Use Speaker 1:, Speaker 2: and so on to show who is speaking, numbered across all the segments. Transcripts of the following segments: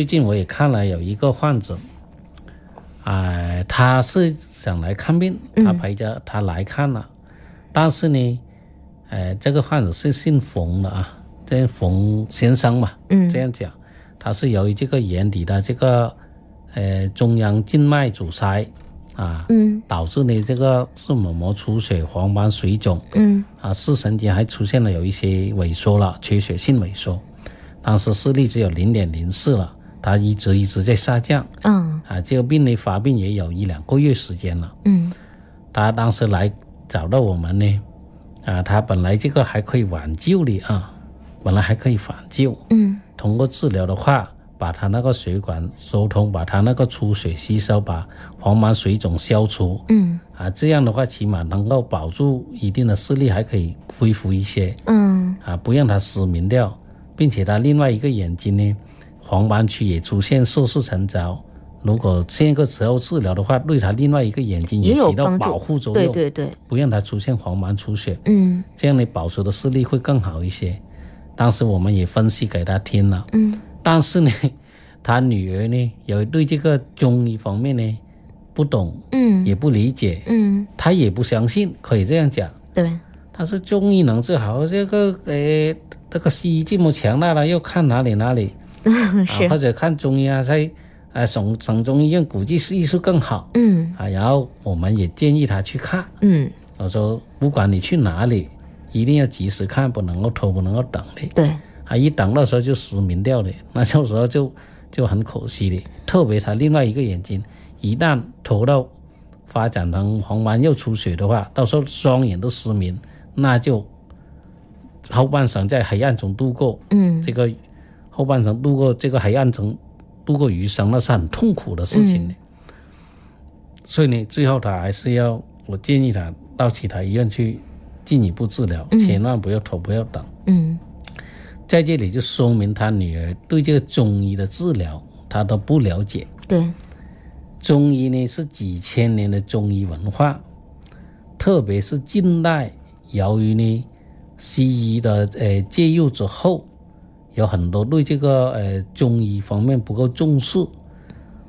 Speaker 1: 最近我也看了有一个患者，哎、他是想来看病，他陪着他来看了，但是呢，呃，这个患者是姓冯的啊，这冯先生嘛，
Speaker 2: 嗯
Speaker 1: 这样讲，他是由于这个眼底的这个呃中央静脉阻塞啊，
Speaker 2: 嗯
Speaker 1: 导致呢这个视网膜出血、黄斑水肿，
Speaker 2: 嗯
Speaker 1: 啊，视神经还出现了有一些萎缩了，缺血性萎缩，当时视力只有零点零四了，它一直一直在下降
Speaker 2: 嗯
Speaker 1: 啊。这个病呢发病也有一两个月时间了，
Speaker 2: 嗯
Speaker 1: 他当时来找到我们呢，啊，他本来这个还可以挽救的啊，本来还可以挽救，
Speaker 2: 嗯
Speaker 1: 通过治疗的话，把他那个血管疏通，把他那个出血吸收，把黄斑水肿消除。
Speaker 2: 嗯
Speaker 1: 啊，这样的话起码能够保住一定的视力，还可以恢复一些。
Speaker 2: 嗯
Speaker 1: 啊，不让他失明掉，并且他另外一个眼睛呢，黄斑区也出现色素沉着。如果这个时候治疗的话，对他另外一个眼睛
Speaker 2: 也有
Speaker 1: 起到
Speaker 2: 帮助
Speaker 1: 保护作
Speaker 2: 对
Speaker 1: 用，
Speaker 2: 对对，
Speaker 1: 不让他出现黄斑出血，
Speaker 2: 嗯
Speaker 1: 这样你保持的视力会更好一些。当时我们也分析给他听了，
Speaker 2: 嗯
Speaker 1: 但是呢， 他女儿呢，有对这个中医方面呢不懂，
Speaker 2: 嗯
Speaker 1: 也不理解，
Speaker 2: 嗯，
Speaker 1: 他也不相信，可以这样讲。
Speaker 2: 对，
Speaker 1: 他说中医能治好这个，诶、这个西医这么强大了，又看哪里哪里啊，或
Speaker 2: 是，
Speaker 1: 者看中医啊，在啊省省中医院估计是医术更好
Speaker 2: 嗯
Speaker 1: 啊。然后我们也建议他去看，
Speaker 2: 嗯
Speaker 1: 我说不管你去哪里，一定要及时看，不能够拖，不能够等的
Speaker 2: 对，
Speaker 1: 啊，一等到时候就失明掉的，那到时候就就很可惜的。特别他另外一个眼睛一旦拖到发展成黄斑又出血的话，到时候双眼都失明，那就后半生在黑暗中度过，
Speaker 2: 嗯
Speaker 1: 这个后半生度过这个黑暗中度过余生，那是很痛苦的事情的。所以呢，最后他还是要我建议他到其他医院去进一步治疗，千万不要拖，不要等。
Speaker 2: 嗯
Speaker 1: 在这里就说明他女儿对这个中医的治疗她都不了解。
Speaker 2: 对，
Speaker 1: 中医呢是几千年的中医文化，特别是近代，由于呢西医的呃介入之后，有很多对这个呃中医方面不够重视。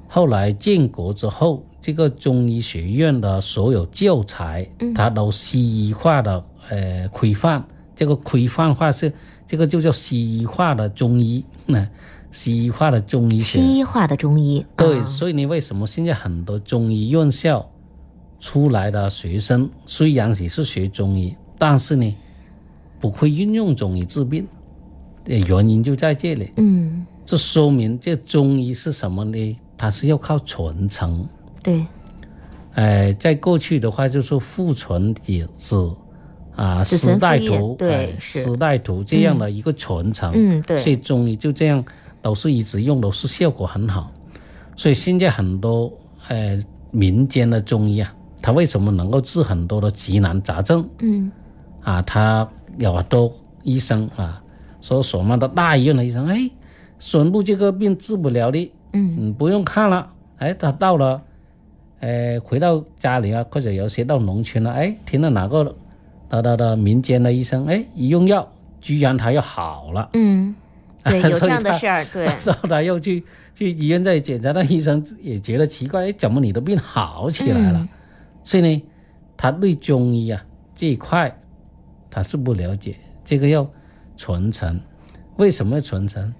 Speaker 1: 后来建国之后，这个中医学院的所有教材，它都西医化的呃规范，这个规范化是这个就叫西医化的中医， 那、西医化的中医学。
Speaker 2: 西医化的中医，
Speaker 1: 对，
Speaker 2: 啊
Speaker 1: 所以你为什么现在很多中医院校出来的学生，虽然也是学中医，但是呢，不会运用中医治病，呃原因就在这里。
Speaker 2: 嗯
Speaker 1: 这说明这中医是什么呢？它是要靠传承。
Speaker 2: 对，
Speaker 1: 呃，在过去的话就是父传子子，啊，
Speaker 2: 子
Speaker 1: 时
Speaker 2: 承
Speaker 1: 代
Speaker 2: 父业
Speaker 1: 图，
Speaker 2: 对
Speaker 1: 哎
Speaker 2: 是
Speaker 1: 时代图这样的一个传承。
Speaker 2: 嗯对
Speaker 1: 所以中医就这样，都是一直用，都是效果很好。所以现在很多呃民间的中医啊，它为什么能够治很多的疑难杂症
Speaker 2: 嗯
Speaker 1: 啊？它有很多医生啊，说什么的大医院的医生，哎，宣布这个病治不了的，
Speaker 2: 嗯
Speaker 1: 嗯，不用看了。哎，他到了，呃，回到家里啊，或者有些到农村了，哎，听了哪个的的的民间的医生，哎，一用药，居然他又好了。
Speaker 2: 嗯，对，有这样的事儿， 对
Speaker 1: 那，时候他又去去医院再检查，那医生也觉得奇怪，哎，怎么你的病好起来了？
Speaker 2: 嗯
Speaker 1: 所以呢，他对中医啊这一块他是不了解，这个要传承。为什么要传承？因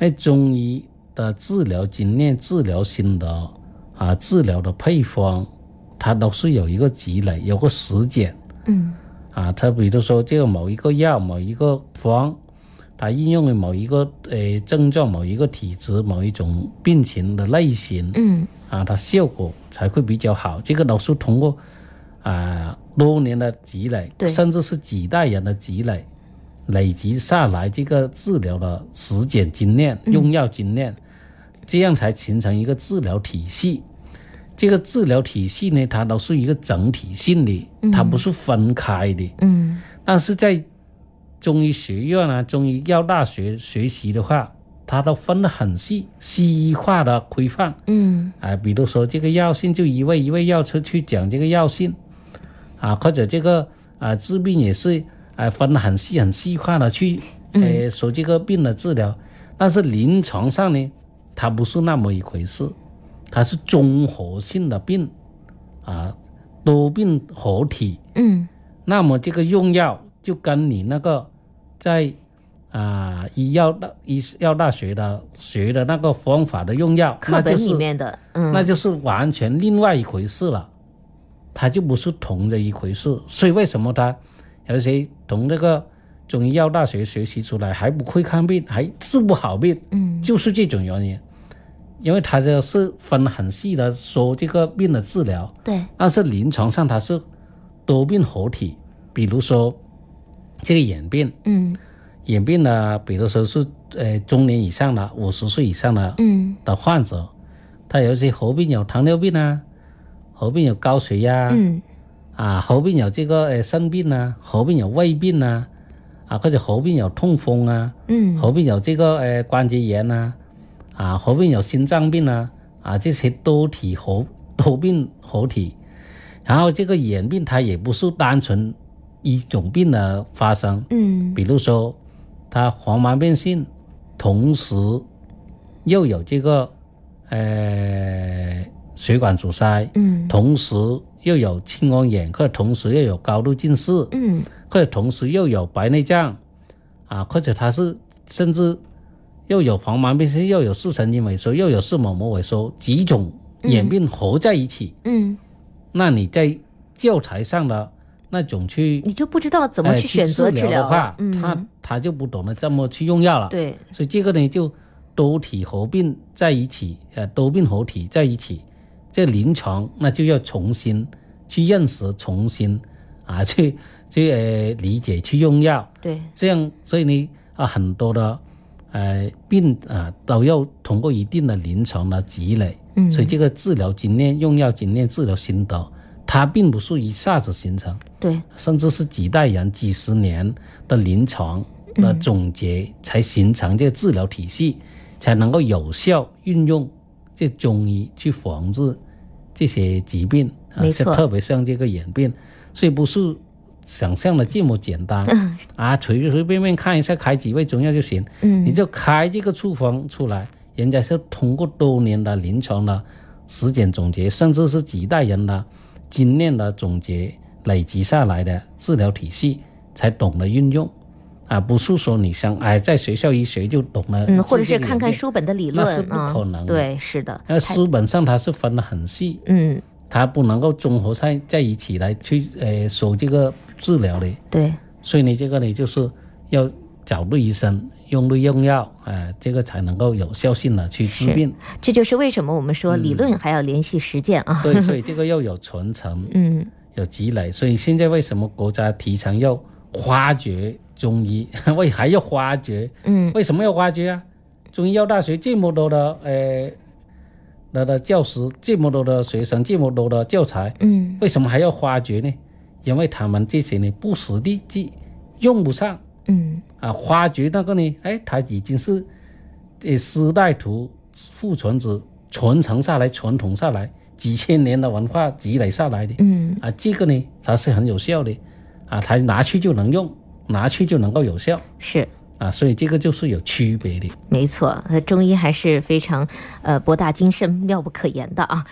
Speaker 1: 为中医的治疗经验、治疗心得啊、治疗的配方，它都是有一个积累，有个实践。
Speaker 2: 嗯
Speaker 1: 啊，它比如说这个某一个药、某一个方，它应用于某一个呃症状、某一个体质、某一种病情的类型
Speaker 2: 嗯
Speaker 1: 啊，它效果才会比较好。这个都是通过啊多年的积累，
Speaker 2: 对
Speaker 1: 甚至是几代人的积累，累积下来这个治疗的实践经验、用药经验，这样才形成一个治疗体系。这个治疗体系呢，它都是一个整体性的，它不是分开的。
Speaker 2: 嗯
Speaker 1: 但是在中医学院啊、中医药大学学习的话，它都分得很细，西医化的规范
Speaker 2: 嗯
Speaker 1: 啊，比如说这个药性就一味一味药吃去讲这个药性啊，或者这个啊治病也是啊分得很细很细化的去呃说这个病的治疗，但是临床上呢，它不是那么一回事，它是综合性的病啊，多病合体。
Speaker 2: 嗯
Speaker 1: 那么这个用药就跟你那个在啊、医药大医药大学的学的那个方法的用药，
Speaker 2: 课
Speaker 1: 那就
Speaker 2: 本
Speaker 1: 是
Speaker 2: 里面的，嗯，
Speaker 1: 那就是完全另外一回事了，它就不是同的一回事。所以为什么他有些从那个中医药大学学习出来还不会看病，还治不好病，
Speaker 2: 嗯
Speaker 1: 就是这种原因。因为他这是分很细的说这个病的治疗，
Speaker 2: 对，
Speaker 1: 但是临床上它是多病合体，比如说这个眼病，
Speaker 2: 嗯
Speaker 1: 眼病呢，比如说是呃中年以上的五十岁以上的
Speaker 2: 嗯
Speaker 1: 的患者，他有些合并有糖尿病啊，合并有高血压，
Speaker 2: 嗯
Speaker 1: 啊，合并有这个呃肾病啊，合并有胃病啊，啊或者合并有痛风啊，
Speaker 2: 嗯
Speaker 1: 合并有这个呃关节炎啊，啊合并有心脏病啊，啊这些多体合合并合体，然后这个眼病它也不是单纯一种病的发生，
Speaker 2: 嗯
Speaker 1: 比如说他黄斑变性，同时又有这个呃血管阻塞，
Speaker 2: 嗯
Speaker 1: 同时又有青光眼，或者同时又有高度近视，
Speaker 2: 嗯
Speaker 1: 或者同时又有白内障，啊，或者他是甚至又有黄斑变性，又有视神经萎缩，又有视网膜萎缩，几种眼病合在一起，
Speaker 2: 嗯，
Speaker 1: 那你在教材上的那种去
Speaker 2: 你就不知道怎么
Speaker 1: 呃
Speaker 2: 去选择
Speaker 1: 治
Speaker 2: 治疗
Speaker 1: 的话
Speaker 2: 了，，嗯，
Speaker 1: 他他就不懂得这么去用药了。
Speaker 2: 对，
Speaker 1: 所以这个呢，就多体合并在一起，呃，多病合体在一起，这临床那就要重新去认识，重新啊去去呃理解去用药，
Speaker 2: 对，
Speaker 1: 这样所以呢啊很多的呃病啊都要通过一定的临床的积累，
Speaker 2: 嗯，
Speaker 1: 所以这个治疗经验、用药经验、治疗心得，它并不是一下子形成。
Speaker 2: 对，
Speaker 1: 甚至是几代人、几十年的临床的总结，才形成这个治疗体系，才能够有效运用这中医去防治这些疾病，啊，
Speaker 2: 没
Speaker 1: 像
Speaker 2: 错
Speaker 1: 特别像这个眼病，所以不是想象的这么简 单、啊，随随便便看一下开几味中药就行，你
Speaker 2: 嗯
Speaker 1: 就开这个处方出来，人家是通过多年的临床的实践总结，甚至是几代人的经验的总结累积下来的治疗体系，才懂得运用，啊，不是说你想哎在学校一学就懂了，
Speaker 2: 嗯，或者是看看，书本的理
Speaker 1: 那
Speaker 2: 论
Speaker 1: 是不
Speaker 2: 啊
Speaker 1: 可能的
Speaker 2: 对，是的，
Speaker 1: 那
Speaker 2: 太
Speaker 1: 啊书本上它是分得很细，
Speaker 2: 嗯，
Speaker 1: 它不能够综合在在一起来去呃说这个治疗的，
Speaker 2: 对，
Speaker 1: 所以呢，这个呢就是要找对医生，用对用药，哎、这个才能够有效性的去治
Speaker 2: 是
Speaker 1: 病。
Speaker 2: 这就是为什么我们说理论还要联系实践
Speaker 1: 嗯
Speaker 2: 啊，
Speaker 1: 对，所以这个要有传承，
Speaker 2: 嗯
Speaker 1: 有积累。所以现在为什么国家提倡要挖掘中医？ 为还要挖掘？
Speaker 2: 嗯
Speaker 1: 为什么要挖掘啊？中医药大学这么多的呃，那的教师，这么多的学生，这么多的教材，
Speaker 2: 嗯
Speaker 1: 为什么还要挖掘呢？因为他们这些呢不实地记，用不上。
Speaker 2: 嗯，
Speaker 1: 啊，发掘那个呢，哎，它已经是呃士带徒父传子传承下来、传统下来几千年的文化积累下来的，
Speaker 2: 嗯
Speaker 1: 啊，这个呢它是很有效的，啊，它拿去就能用，拿去就能够有效，
Speaker 2: 是。
Speaker 1: 啊，所以这个就是有区别的。
Speaker 2: 没错，呃，中医还是非常，呃，博大精深、妙不可言的啊。